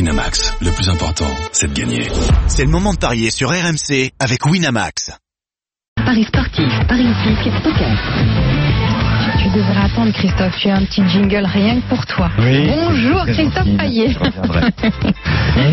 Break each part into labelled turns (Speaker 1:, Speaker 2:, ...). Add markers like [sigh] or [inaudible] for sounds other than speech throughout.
Speaker 1: Winamax, le plus important, c'est de gagner.
Speaker 2: C'est le moment de parier sur RMC avec Winamax.
Speaker 3: Paris sportif, Paris hippique, poker.
Speaker 4: Tu devrais attendre, Christophe. Tu as un petit jingle rien que pour toi.
Speaker 5: Oui,
Speaker 4: Bonjour,
Speaker 5: c'est
Speaker 4: Christophe
Speaker 5: gentil,
Speaker 4: Payet.
Speaker 5: je reviendrai.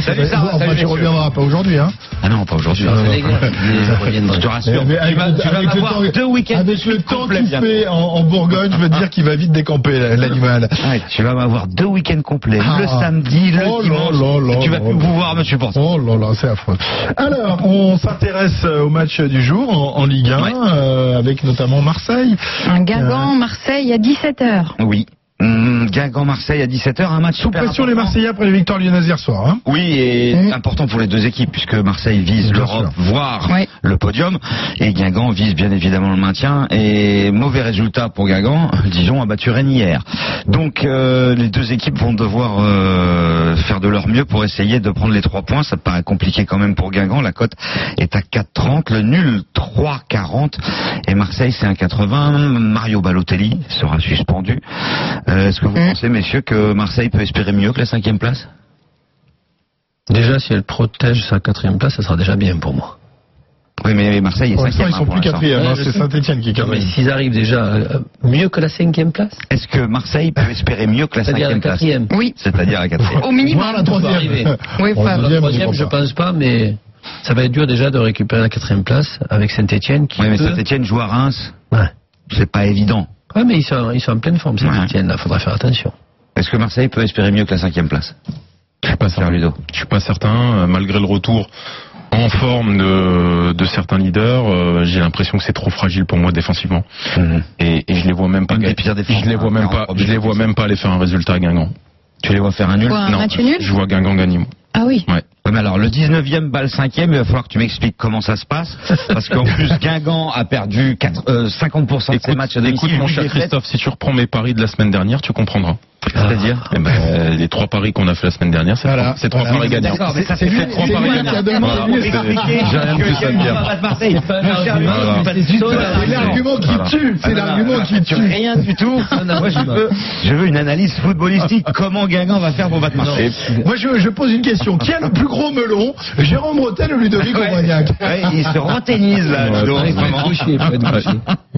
Speaker 6: Salut Sarah,
Speaker 5: Enfin,
Speaker 6: salut
Speaker 5: tu
Speaker 6: messieurs.
Speaker 5: reviendras pas aujourd'hui, hein
Speaker 6: Ah non, pas aujourd'hui.
Speaker 5: Non, non,
Speaker 6: C'est
Speaker 5: non.
Speaker 6: légal, je reviendrai. Je te rassure.
Speaker 5: Mais avec
Speaker 6: tu vas,
Speaker 5: le-
Speaker 6: tu vas
Speaker 5: avec le
Speaker 6: m'avoir
Speaker 5: temps-
Speaker 6: deux week-ends.
Speaker 5: Avec le temps
Speaker 6: complets,
Speaker 5: qu'il
Speaker 6: bien.
Speaker 5: fait en, en Bourgogne, je veux te dire qu'il va vite décamper l'animal.
Speaker 6: Ouais, tu vas m'avoir deux week-ends complets. Le
Speaker 5: Ah.
Speaker 6: samedi, le
Speaker 5: Oh là
Speaker 6: dimanche.
Speaker 5: là là
Speaker 6: tu vas
Speaker 5: là
Speaker 6: plus
Speaker 5: là.
Speaker 6: pouvoir me supporter.
Speaker 5: Oh là là, c'est affreux. Alors, on s'intéresse euh, au match du jour en, en Ligue 1,
Speaker 6: Ouais.
Speaker 5: euh, avec notamment Marseille.
Speaker 4: Un Guingamp, Marseille, à 17h.
Speaker 6: Oui. Mmh, Guingamp-Marseille à 17h, un match
Speaker 5: Sous
Speaker 6: super
Speaker 5: pression les
Speaker 6: important.
Speaker 5: Marseillais après les victoires lyonnaises hier soir. hein.
Speaker 6: Oui, et
Speaker 4: Mm.
Speaker 6: important pour les deux équipes, puisque Marseille vise
Speaker 5: Bien
Speaker 6: l'Europe, voire
Speaker 4: Oui.
Speaker 6: le podium, et Guingamp vise bien évidemment le maintien, et mauvais résultat pour Guingamp, Dijon a battu Rennes hier. Donc euh, les deux équipes vont devoir euh, faire de leur mieux pour essayer de prendre les trois points, ça paraît compliqué quand même pour Guingamp, la cote est à 4,30, le nul 3,40, et Marseille c'est 1,80, Mario Balotelli sera suspendu. Euh, Est-ce que vous
Speaker 4: Mm.
Speaker 5: Mmh.
Speaker 6: pensez messieurs que Marseille peut espérer mieux que la cinquième place
Speaker 7: Déjà, si elle protège sa quatrième place, ça sera déjà bien pour moi.
Speaker 6: Oui, mais Marseille est
Speaker 5: Pour l'instant,
Speaker 6: cinquième.
Speaker 5: ils
Speaker 6: hein,
Speaker 5: sont
Speaker 6: pour
Speaker 5: plus
Speaker 6: l'instant.
Speaker 5: quatrième. hein,
Speaker 7: Ouais, je
Speaker 5: C'est
Speaker 7: sais.
Speaker 5: Saint-Etienne qui est
Speaker 7: Non, mais
Speaker 5: quatrième.
Speaker 7: s'ils arrivent déjà euh, mieux que la cinquième place,
Speaker 6: Est-ce que Marseille peut espérer mieux que la
Speaker 7: c'est-à-dire la
Speaker 6: cinquième place
Speaker 7: quatrième.
Speaker 4: Oui,
Speaker 6: C'est-à-dire
Speaker 4: [laughs]
Speaker 6: la quatrième.
Speaker 4: au minimum.
Speaker 5: Voir la
Speaker 7: arriver.
Speaker 5: troisième.
Speaker 4: Oui,
Speaker 5: Bon,
Speaker 4: enfin,
Speaker 5: la
Speaker 7: La
Speaker 5: deuxième,
Speaker 7: troisième,
Speaker 5: on y
Speaker 7: je
Speaker 5: va pas.
Speaker 7: pense pas, mais ça va être dur déjà de récupérer la quatrième place avec Saint-Etienne qui
Speaker 6: Oui, mais
Speaker 7: peut-
Speaker 6: Saint-Etienne joue à Reims,
Speaker 7: Ouais.
Speaker 6: c'est pas évident.
Speaker 7: Ouais, mais ils sont, ils sont en pleine forme, Saint-Etienne, là, faudra faire attention.
Speaker 6: [laughs] Est-ce que Marseille peut espérer mieux que la cinquième place
Speaker 8: Je suis pas
Speaker 6: Pierre
Speaker 8: certain.
Speaker 6: Ludo.
Speaker 8: Je suis pas certain. euh, Malgré le retour en forme de, de certains leaders, euh, j'ai l'impression que c'est trop fragile pour moi défensivement. Et, et je les vois même pas.
Speaker 6: Mhm. Une des
Speaker 8: gagner-
Speaker 6: pires défenses,
Speaker 8: je les
Speaker 6: hein,
Speaker 8: vois même
Speaker 6: par
Speaker 8: pas.
Speaker 6: rapport
Speaker 8: Je les
Speaker 6: aux
Speaker 8: vois
Speaker 6: défenses.
Speaker 8: même pas aller faire un résultat à Guingamp.
Speaker 6: Tu les vois faire un nul
Speaker 4: Quoi, un
Speaker 8: non,
Speaker 4: match nul
Speaker 8: je vois Guingamp gagner. moi.
Speaker 4: Ah oui.
Speaker 8: Ouais.
Speaker 6: Ouais, mais alors, le 19e bat le 5e, il va falloir que tu m'expliques comment ça se passe. Parce qu'en plus, Guingamp a perdu quatre- euh, 50% de ses
Speaker 8: Écoute,
Speaker 6: matchs à domicile.
Speaker 8: écoute mon
Speaker 6: huit
Speaker 8: cher
Speaker 6: défaites.
Speaker 8: Christophe, si tu reprends mes paris de la semaine dernière, tu comprendras.
Speaker 6: C'est-à-dire
Speaker 8: Eh ben, euh,
Speaker 6: [laughs]
Speaker 8: les trois paris qu'on a fait la semaine dernière, c'est
Speaker 5: Voilà.
Speaker 8: trois- c'est trois
Speaker 5: Voilà.
Speaker 8: paris gagnants.
Speaker 6: D'accord, mais ça, c'est
Speaker 5: lui-
Speaker 6: fait trois
Speaker 5: c'est
Speaker 6: paris
Speaker 5: lui
Speaker 6: gagnants.
Speaker 5: qui a demandé
Speaker 6: Voilà.
Speaker 5: de
Speaker 6: J'ai rien
Speaker 8: plus à
Speaker 6: que
Speaker 8: dire.
Speaker 6: Guingamp va de Marseille. Mon cher Ludo,
Speaker 8: Voilà.
Speaker 6: c'est juste ça.
Speaker 5: C'est l'argument
Speaker 8: Voilà.
Speaker 5: qui tue. C'est l'argument qui
Speaker 6: sur
Speaker 5: tue.
Speaker 6: Rien du tout. Moi, je veux, je veux une analyse footballistique. Comment Guingamp va faire pour battre Marseille
Speaker 5: Moi, je, je pose une question. Qui a le plus gros melon Jérôme Bretel ou Ludovic Aubagnac
Speaker 6: Ouais, Il se renténise là,
Speaker 8: Ouais,
Speaker 6: Ludo, en
Speaker 8: ouais,
Speaker 6: ce moment.
Speaker 7: Touché, faut être touché.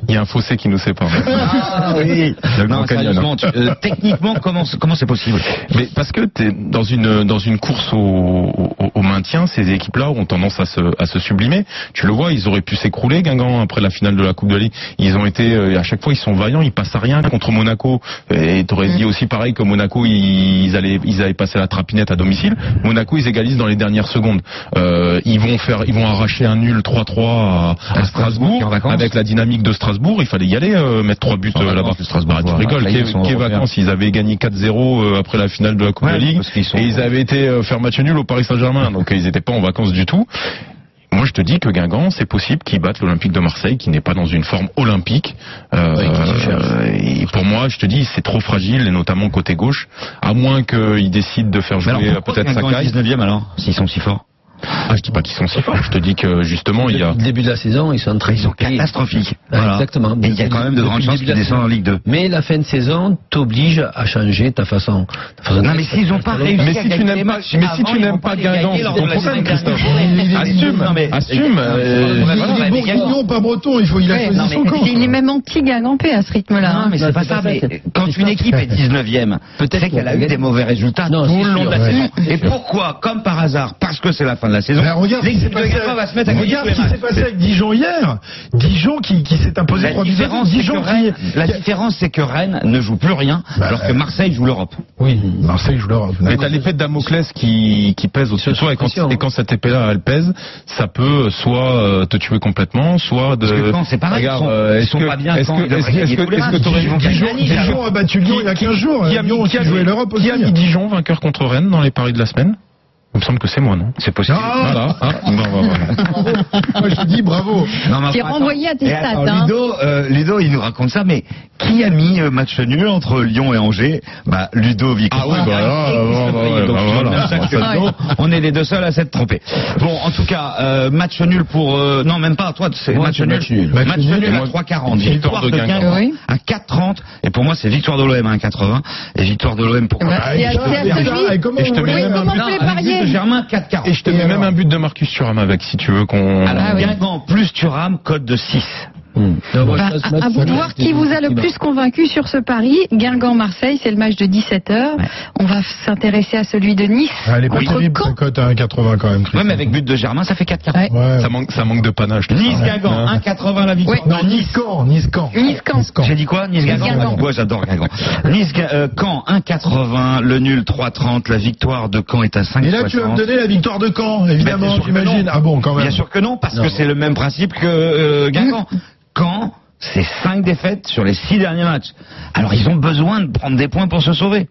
Speaker 8: Il y a un fossé qui nous
Speaker 6: [laughs]
Speaker 8: sépare.
Speaker 6: Ah oui.
Speaker 8: Le Grand
Speaker 6: Non,
Speaker 8: Canyon. hein.
Speaker 6: sérieusement, tu- euh, techniquement, comment c'est- comment c'est possible
Speaker 8: Mais parce que t'es dans une dans une course au, au- au maintien, ces équipes-là ont tendance à se à se sublimer. Tu le vois, ils auraient pu s'écrouler, Guingamp après la finale de la Coupe de la Ligue. Ils ont été euh, à chaque fois ils sont vaillants, ils passent à rien contre Monaco. Et t'aurais
Speaker 6: Mm.
Speaker 8: dit aussi pareil que Monaco, ils, allaient ils avaient passé la trapinette à domicile. Monaco, ils égalisent dans les dernières secondes. Euh, ils vont faire ils vont arracher un nul
Speaker 6: Ah, qui
Speaker 8: 3-3 à, à
Speaker 6: est en
Speaker 8: Strasbourg
Speaker 6: vacances.
Speaker 8: avec la dynamique de Strasbourg. Il fallait y aller euh, mettre trois buts
Speaker 6: En
Speaker 8: euh,
Speaker 6: vacances,
Speaker 8: là-bas.
Speaker 6: le Strasbourg,
Speaker 8: Ah, tu
Speaker 6: voilà.
Speaker 8: rigoles,
Speaker 6: Là, ils
Speaker 8: qu'est-
Speaker 6: sont
Speaker 8: qu'est
Speaker 6: européens.
Speaker 8: vacances ils avaient gagné 4-0 euh, après la finale de la Coupe
Speaker 6: Ouais,
Speaker 8: de Ligue
Speaker 6: parce qu'ils sont-
Speaker 8: et ils avaient été euh, faire match nul au Paris Saint-Germain, donc euh, ils n'étaient pas en vacances du tout. Moi, je te dis que Guingamp, c'est possible qu'ils battent l'Olympique de Marseille, qui n'est pas dans une forme olympique. Euh,
Speaker 7: Oui, qui se cherche.
Speaker 8: euh, et pour moi, je te dis, c'est trop fragile, et notamment côté gauche, à moins qu'ils décident de faire
Speaker 6: Mais alors,
Speaker 8: jouer euh,
Speaker 6: pourquoi
Speaker 8: peut-être
Speaker 6: Guingamp est
Speaker 8: Sakai.
Speaker 6: 19e alors, s'ils sont si forts
Speaker 8: Ah, je dis pas qu'ils sont si forts. Je te dis que justement, il y
Speaker 7: Depuis
Speaker 8: a.
Speaker 7: le début de la saison, ils sont en train
Speaker 6: Ils sont
Speaker 7: de payer.
Speaker 6: catastrophiques.
Speaker 7: Ouais,
Speaker 6: Voilà.
Speaker 7: Exactement.
Speaker 6: Et il y a
Speaker 7: Depuis-
Speaker 6: quand même de
Speaker 7: depuis
Speaker 6: grandes
Speaker 7: le
Speaker 6: chances
Speaker 7: début
Speaker 6: qu'ils
Speaker 7: de la
Speaker 6: descendent en
Speaker 7: saison.
Speaker 6: Ligue 2.
Speaker 7: Mais la fin de saison t'oblige à changer ta façon. ta façon
Speaker 6: Non
Speaker 7: d'être,
Speaker 6: mais s'ils ont
Speaker 7: ta
Speaker 6: pas
Speaker 7: façon
Speaker 6: réussi
Speaker 8: Mais
Speaker 6: à
Speaker 8: si
Speaker 6: gagner
Speaker 8: tu
Speaker 6: les
Speaker 8: n'aimes pas,
Speaker 6: matchs
Speaker 8: mais
Speaker 6: avant,
Speaker 8: si tu
Speaker 6: ils
Speaker 8: n'aimes
Speaker 6: vont
Speaker 8: pas
Speaker 6: les
Speaker 8: Guingamp,
Speaker 6: gagner lors de
Speaker 8: ton
Speaker 6: la
Speaker 8: problème,
Speaker 6: semaine
Speaker 8: Christophe.
Speaker 6: dernière.
Speaker 8: Assume,
Speaker 6: Non, mais-
Speaker 8: assume. euh,
Speaker 6: Ouais,
Speaker 5: Il
Speaker 6: voilà,
Speaker 5: est
Speaker 6: mais Guingamp-
Speaker 5: bourguignon, pas breton. Il faut il a
Speaker 6: Ouais,
Speaker 5: choisi
Speaker 6: non, mais
Speaker 5: son camp.
Speaker 4: Il est même anti-Guingampé à ce rythme-là.
Speaker 6: Non,
Speaker 4: hein.
Speaker 6: mais c'est
Speaker 7: Non,
Speaker 6: pas
Speaker 7: c'est
Speaker 6: ça.
Speaker 7: pas ça,
Speaker 6: Mais
Speaker 7: c'est-
Speaker 6: quand
Speaker 7: c'est
Speaker 6: une
Speaker 7: ça.
Speaker 6: équipe est 19e,
Speaker 7: Peut-être
Speaker 6: peut-être qu'elle a eu des mauvais résultats
Speaker 7: Non,
Speaker 6: tout
Speaker 7: c'est
Speaker 6: le long de la
Speaker 7: sûr,
Speaker 6: saison.
Speaker 7: ouais.
Speaker 6: Et pourquoi, comme par hasard, parce que c'est la fin de la saison,
Speaker 5: Ben, regarde ce qui s'est
Speaker 6: l'équipe de
Speaker 5: passé,
Speaker 6: Guingamp va se mettre à gagner
Speaker 5: regarde
Speaker 6: tous les
Speaker 5: ce qui s'est
Speaker 6: matchs.
Speaker 5: passé avec Dijon hier. Dijon qui, qui s'est imposé
Speaker 6: La
Speaker 5: 3 buts à zéro.
Speaker 6: différence, c'est que
Speaker 5: Dijon qui...
Speaker 6: Rennes, la différence, c'est que Rennes ne joue plus rien,
Speaker 5: Bah,
Speaker 6: alors que
Speaker 5: euh,
Speaker 6: Marseille joue l'Europe.
Speaker 5: Oui, Marseille joue l'Europe.
Speaker 6: Bah,
Speaker 8: Mais t'as l'épée de Damoclès qui, qui pèse au-dessus de toi et quand,
Speaker 7: pression, hein.
Speaker 8: et quand cette épée-là elle pèse, ça peut soit euh, te tuer complètement, soit de.
Speaker 6: Parce que quand c'est pareil,
Speaker 8: Regarde,
Speaker 6: ils sont-
Speaker 8: euh,
Speaker 6: ils
Speaker 8: est-ce
Speaker 6: sont
Speaker 8: que-
Speaker 6: pas bien
Speaker 8: Est-ce
Speaker 6: quand ils
Speaker 8: que
Speaker 6: doivent
Speaker 8: est-ce que-
Speaker 6: gagner
Speaker 8: est-ce
Speaker 6: tous les
Speaker 8: que- est-ce que
Speaker 6: matchs.
Speaker 8: t'aurais
Speaker 6: Dijon gagne la Ligue,
Speaker 5: Dijon a battu Lyon il y a 15 jours.
Speaker 8: Qui a mis-
Speaker 5: Lyon
Speaker 8: qui
Speaker 5: qui
Speaker 8: a
Speaker 5: jouait
Speaker 8: mis-
Speaker 5: l'Europe aussi.
Speaker 8: Qui
Speaker 6: hein
Speaker 8: a mis Dijon vainqueur contre Rennes dans les paris de la semaine Il me semble que c'est moi, non
Speaker 6: C'est possible.
Speaker 8: Voilà.
Speaker 6: [laughs]
Speaker 8: hein. Bon, bon, bon.
Speaker 5: Moi je dis bravo.
Speaker 6: Non, mais
Speaker 4: T'es
Speaker 6: enfin,
Speaker 4: renvoyé à tes
Speaker 6: Et
Speaker 4: stats,
Speaker 6: attends,
Speaker 4: hein.
Speaker 6: Ludo, euh, Ludo, il nous raconte ça, mais qui a mis euh, match nul entre Lyon et Angers Bah, Ludo Victor.
Speaker 8: Ah oui, bah là, bah, bah, bah, bah, voilà.
Speaker 6: en fait.
Speaker 4: Ouais.
Speaker 6: Donc, on est les deux seuls à s'être trompés. Bon, en tout cas, euh, match nul pour... euh, non, même pas, toi, c'est
Speaker 7: Moi,
Speaker 6: match
Speaker 7: c'est
Speaker 6: nul.
Speaker 7: match nul.
Speaker 6: Match
Speaker 7: Match
Speaker 6: nul,
Speaker 8: nul.
Speaker 6: à 3,40.
Speaker 8: Victoire
Speaker 6: Victoire de
Speaker 8: de Guingamp.
Speaker 6: Guingamp
Speaker 4: Oui.
Speaker 6: à 4,30. Et pour moi, c'est victoire de l'OM à 1,80. Et victoire de l'OM pour...
Speaker 4: Bah, c'est à c'est à celui.
Speaker 5: comment,
Speaker 8: Et je te mets
Speaker 4: Oui,
Speaker 8: même
Speaker 4: comment
Speaker 8: un
Speaker 4: on
Speaker 6: Non,
Speaker 4: peut
Speaker 6: un but de
Speaker 4: parier
Speaker 6: Germain 4,40.
Speaker 8: Et je te mets même un but de Marcus Thuram avec, si tu veux qu'on.
Speaker 6: Alors,
Speaker 4: Ah oui.
Speaker 6: Guingamp plus Thuram, code de 6.
Speaker 7: Hum.
Speaker 4: Bah, à, à vous de voir qui vous a le plus convaincu sur ce pari. Guingamp-Marseille, c'est le match de 17h. On va s'intéresser à celui de Nice.
Speaker 5: Ah, Elle est pas
Speaker 4: contre
Speaker 5: terrible,
Speaker 4: Caen.
Speaker 5: sa cote à 1,80 quand même,
Speaker 6: Ouais,
Speaker 5: Christophe.
Speaker 6: mais avec but de Germain, ça fait
Speaker 4: Ouais.
Speaker 6: 4,40.
Speaker 5: Ouais.
Speaker 8: Ça manque, ça manque de panache. tout ça.
Speaker 6: Nice-Guingamp,
Speaker 8: Ouais.
Speaker 6: 1,80 la victoire.
Speaker 4: Oui.
Speaker 5: Non, Nice-Camp, Nice-Camp.
Speaker 4: Nice-Caen.
Speaker 6: J'ai dit quoi Nice Guingamp.
Speaker 4: Guingamp.
Speaker 6: Moi j'adore Guingamp. Nice Ga- euh, Caen 1,80, le nul 3,30, la victoire de Caen est à 5,60.
Speaker 5: Et là, tu vas me donner la victoire de Caen, évidemment,
Speaker 6: sûr que
Speaker 5: j'imagine.
Speaker 6: non.
Speaker 5: Ah bon, quand même.
Speaker 6: Bien sûr que non, parce
Speaker 7: Non.
Speaker 6: que c'est le même principe que euh, Guingamp. Caen, c'est 5 défaites sur les 6 derniers matchs. Alors ils ont besoin de prendre des points pour se sauver.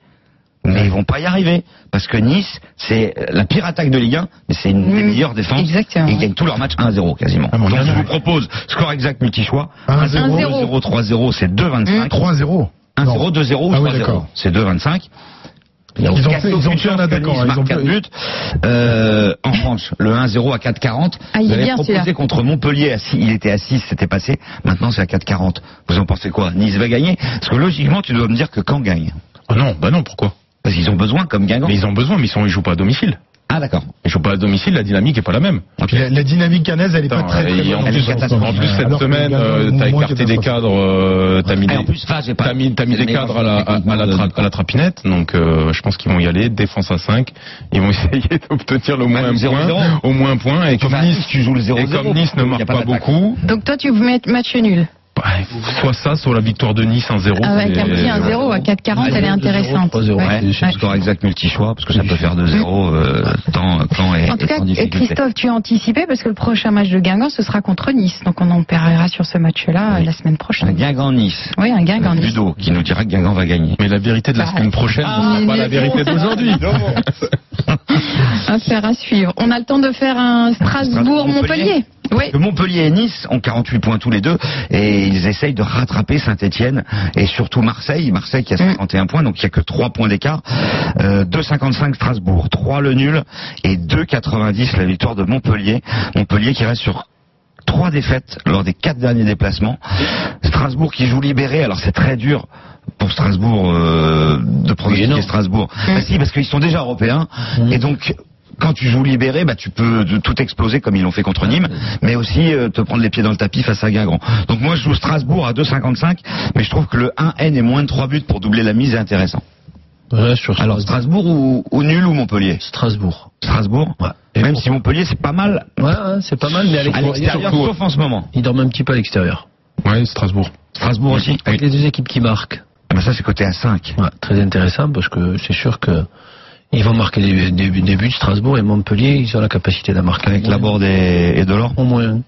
Speaker 6: Mais ils vont pas y arriver parce que Nice, c'est la pire attaque de Ligue 1, mais c'est une des
Speaker 4: Mm.
Speaker 6: meilleures défenses.
Speaker 4: Exactement.
Speaker 6: Et ils gagnent tous leurs matchs 1-0 quasiment.
Speaker 5: Ah, mon
Speaker 6: Donc
Speaker 5: Dieu.
Speaker 6: je vous propose score exact multi-choix
Speaker 5: 1-0,
Speaker 6: 1-0, 3-0, c'est 2-25.
Speaker 5: 3-0.
Speaker 6: 1-0, 2-0 ou
Speaker 5: Ah oui,
Speaker 6: 3-0.
Speaker 5: d'accord.
Speaker 6: C'est 2-25.
Speaker 5: Ils ont fait- ils ont tué un attaquant,
Speaker 6: attaquant.
Speaker 5: ils ont
Speaker 6: quatre
Speaker 5: fait-
Speaker 6: buts. Euh, en revanche, le 1-0 à 4,40.
Speaker 4: Ah, il est
Speaker 6: vous avez
Speaker 4: bien,
Speaker 6: proposé
Speaker 4: celui-là.
Speaker 6: contre Montpellier, à six- il était à 6, c'était passé. Maintenant, c'est à 4,40. Vous en pensez quoi Nice va gagner Parce que logiquement, tu dois me dire que Caen gagne.
Speaker 8: Oh non, bah non, pourquoi
Speaker 6: Parce qu'ils ont besoin, comme gagnant.
Speaker 8: Mais ils ont besoin, mais ils, sont, ils jouent pas à domicile.
Speaker 6: Ah, d'accord.
Speaker 8: Ils jouent pas à domicile, la dynamique est pas la même.
Speaker 6: Ok.
Speaker 5: La, la dynamique canaise, elle est
Speaker 8: Putain,
Speaker 5: pas très, très
Speaker 8: et
Speaker 5: bonne
Speaker 8: en,
Speaker 5: en
Speaker 6: Elle est
Speaker 8: plus,
Speaker 5: ce moment.
Speaker 8: en plus, cette
Speaker 5: Alors que
Speaker 8: semaine,
Speaker 5: Guingamp,
Speaker 8: euh,
Speaker 5: moins
Speaker 8: t'as écarté des
Speaker 5: catastrophique.
Speaker 8: cadres, euh, t'as mis
Speaker 6: Et
Speaker 8: des,
Speaker 6: en plus, Fage est pas-
Speaker 8: t'as mis, t'as mis des
Speaker 6: Mais
Speaker 8: cadres
Speaker 6: bon,
Speaker 8: à la, à, à la, tra-
Speaker 6: techniquement,
Speaker 8: à la trapinette, donc euh, je pense qu'ils vont y aller, défense à 5, ils vont [laughs] essayer d'obtenir le moins
Speaker 6: Même
Speaker 8: un
Speaker 6: 0-0.
Speaker 8: point, au moins un point, et comme
Speaker 6: vas à
Speaker 8: Nice,
Speaker 6: Nice, tu joues le 0-0.
Speaker 8: et comme Nice
Speaker 6: bah,
Speaker 8: ne
Speaker 6: Il y a
Speaker 8: marque
Speaker 6: pas
Speaker 8: pas,
Speaker 6: d'attaque.
Speaker 8: beaucoup,
Speaker 4: Donc toi, tu veux mettre match nul.
Speaker 8: bah, soit ça, soit la victoire de Nice 1-0.
Speaker 6: Ah
Speaker 4: Avec un
Speaker 8: c'est-
Speaker 4: petit 1-0 à 4,40, elle est intéressante.
Speaker 7: 3-0.
Speaker 4: Ouais.
Speaker 6: Ouais,
Speaker 7: Ouais.
Speaker 6: score exact multi-choix, parce que ça peut faire 2-0, euh, tant euh, Caen est
Speaker 4: En tout
Speaker 6: est
Speaker 4: cas,
Speaker 6: en difficulté.
Speaker 4: Christophe, tu as anticipé parce que le prochain match de Guingamp, ce sera contre Nice. Donc on en pariera sur ce match-là euh, la semaine
Speaker 6: Un
Speaker 4: prochaine.
Speaker 6: Guingamp-Nice.
Speaker 4: Oui, un Guingamp. Nice.
Speaker 6: Ludo, qui nous dira que Guingamp va gagner.
Speaker 8: Mais la vérité de la
Speaker 4: Bah,
Speaker 8: semaine prochaine,
Speaker 4: ah,
Speaker 8: ce sera pas
Speaker 4: mais
Speaker 8: la
Speaker 4: bon.
Speaker 8: vérité d'aujourd'hui.
Speaker 4: Affaire à suivre. On a le temps de faire un Strasbourg-Montpellier. Oui.
Speaker 6: Que Montpellier et Nice ont 48 points tous les deux et ils essayent de rattraper Saint-Etienne et surtout Marseille. Marseille qui a 51 points, donc il n'y a que 3 points d'écart. Euh, 2,55 Strasbourg, 3 le nul et 2,90 la victoire de Montpellier. Montpellier qui reste sur trois défaites lors des quatre derniers déplacements. Strasbourg qui joue libéré, alors c'est très dur pour Strasbourg euh, de
Speaker 7: Oui et
Speaker 6: pronostiquer
Speaker 7: non.
Speaker 6: Strasbourg. Bah si, parce qu'ils sont déjà européens et donc quand tu joues libéré, bah tu peux de- tout exploser comme ils l'ont fait contre Nîmes, mais aussi euh, te prendre les pieds dans le tapis face à Guingamp. Donc moi je joue Strasbourg à 2,55, mais je trouve que le 1N et moins de 3 buts pour doubler la mise est intéressant.
Speaker 7: Ouais, sur
Speaker 6: Alors Strasbourg ou, ou nul ou Montpellier
Speaker 7: Strasbourg.
Speaker 6: Strasbourg,
Speaker 7: Et
Speaker 6: même
Speaker 7: pour-
Speaker 6: si Montpellier c'est pas mal
Speaker 7: Ouais, ouais, c'est pas mal, mais à
Speaker 6: à l'extérieur,
Speaker 7: l'extérieur.
Speaker 6: sauf en ce moment.
Speaker 7: Ils dorment un petit peu à l'extérieur.
Speaker 8: Ouais, Strasbourg.
Speaker 6: Strasbourg aussi.
Speaker 7: Avec les deux équipes qui marquent.
Speaker 6: Ah bah ça c'est côté à 5.
Speaker 7: Ouais, très intéressant parce que c'est sûr que ils vont marquer des, des- des buts. Strasbourg et Montpellier, ils ont la capacité d'en marquer.
Speaker 6: Avec
Speaker 7: au
Speaker 6: la
Speaker 7: moins-
Speaker 6: borde et, et de l'or.
Speaker 7: Au moins.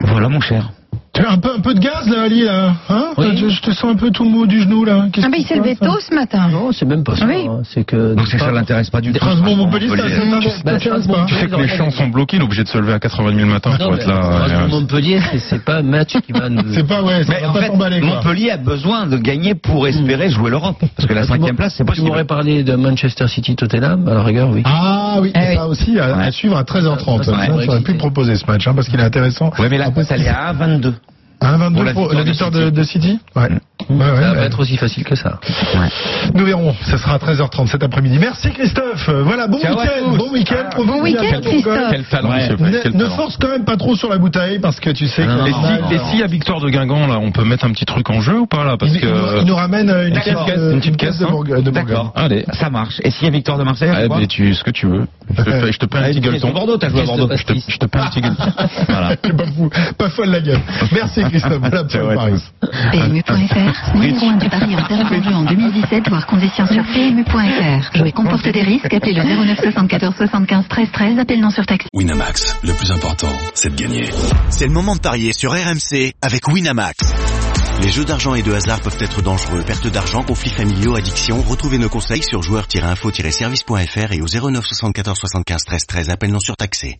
Speaker 6: Voilà mon cher.
Speaker 5: Tu as un peu, un peu de gaz, là, Ali, là. Hein
Speaker 7: Oui.
Speaker 5: Toi, tu- je te sens un peu tout mou du genou, là. Qu'est-ce
Speaker 4: Ah ben
Speaker 5: qui
Speaker 4: il s'est
Speaker 5: se
Speaker 4: levé
Speaker 5: passe,
Speaker 4: tôt ce matin.
Speaker 7: Non, c'est même pas ça.
Speaker 4: Oui.
Speaker 7: hein. C'est que.
Speaker 6: Donc c'est ça l'intéresse pas du tout.
Speaker 5: Strasbourg-Montpellier, ça
Speaker 6: Montpellier.
Speaker 5: ça
Speaker 7: Bah,
Speaker 5: t'intéresse pas.
Speaker 8: Tu sais que les champs sont bloqués, il est obligé de se lever à 80 000 le matin
Speaker 7: Non,
Speaker 8: pour
Speaker 7: mais
Speaker 8: être là. euh,
Speaker 7: Montpellier, c'est- c'est pas un match qui va nous.
Speaker 5: C'est pas, ouais, ça
Speaker 6: Mais
Speaker 5: va
Speaker 6: en
Speaker 5: pas
Speaker 6: fait,
Speaker 5: t'emballer, quoi.
Speaker 6: Montpellier a besoin de gagner pour espérer jouer l'Europe. Parce
Speaker 5: Ah,
Speaker 6: que la
Speaker 7: Tu m'aurais-
Speaker 6: cinquième place, c'est
Speaker 7: Tu m'aurais
Speaker 6: possible.
Speaker 7: parlé de Manchester City Tottenham, à la rigueur, oui.
Speaker 5: Ah oui,
Speaker 4: Ah oui.
Speaker 5: ça aussi à, à
Speaker 6: Eh Ouais.
Speaker 5: suivre à 13h30.
Speaker 7: Ouais.
Speaker 5: Ça, ça, J'aurais pu proposer ce match hein, parce qu'il est intéressant.
Speaker 6: Ouais, mais la cote, elle est à 1,22.
Speaker 5: Hein,
Speaker 6: Pour
Speaker 5: 22
Speaker 6: la
Speaker 5: pour
Speaker 6: victoire
Speaker 5: la
Speaker 6: de
Speaker 5: victoire
Speaker 6: City.
Speaker 5: de, de City. Ouais. Ouais, ouais,
Speaker 7: Mm. ça va pas
Speaker 5: ouais.
Speaker 7: être aussi facile que ça.
Speaker 5: Nous verrons. Ce sera à 13h30 cet après-midi. Merci Christophe. Euh, Voilà, bon
Speaker 6: Ciao à
Speaker 5: week-end.
Speaker 6: tous.
Speaker 5: Bon week-end.
Speaker 4: Bon
Speaker 5: Profitez
Speaker 4: week-end,
Speaker 5: bien de ton
Speaker 4: Christophe.
Speaker 5: golf.
Speaker 8: Quel talent,
Speaker 6: Ouais.
Speaker 8: monsieur Payet,
Speaker 5: Ne,
Speaker 8: quel
Speaker 5: ne
Speaker 8: talent.
Speaker 5: force quand même pas trop sur la bouteille parce que tu sais
Speaker 7: Non,
Speaker 5: que
Speaker 8: Et
Speaker 7: non, non,
Speaker 8: si, et si, à victoire de Guingamp, là, on peut mettre un petit truc en jeu ou pas, là Parce
Speaker 5: il, il nous, il
Speaker 8: que.
Speaker 5: nous ramène euh, une,
Speaker 6: D'accord.
Speaker 5: caisse de-
Speaker 8: Une petite
Speaker 5: caisse
Speaker 8: caisse,
Speaker 5: de
Speaker 8: hein.
Speaker 5: Bourg- de Bourgogne.
Speaker 6: D'accord.
Speaker 8: Allez.
Speaker 6: Ça marche. Et s'il y a victoire de Marseille, Ah,
Speaker 8: Ah,
Speaker 6: tu vois
Speaker 8: ben, tu, ce que tu veux. Je te, fais- je te peins un petit gueuleton.
Speaker 6: Bordeaux, t'as joué à Bordeaux.
Speaker 8: Je te, je te peins un petit gueuleton. Voilà.
Speaker 5: [laughs] C'est pas fou, pas folle la gueule. Merci Christophe. Voilà pour le
Speaker 8: Ouais.
Speaker 5: Paris.
Speaker 3: PMU.fr, numéro 1 du pari en termes d'enjeu en 2017, voire conditions sur PMU.fr. Jouer comporte des risques, appelez le 09 74 75 13 13, appel non surtaxé.
Speaker 1: Winamax, le plus important, c'est de gagner.
Speaker 2: C'est le moment de parier sur RMC avec Winamax.
Speaker 9: Les jeux d'argent et de hasard peuvent être dangereux. Perte d'argent, conflits familiaux, addiction. Retrouvez nos conseils sur joueurs-info-service.fr et au 09 74 75 13 13. Appel non surtaxé.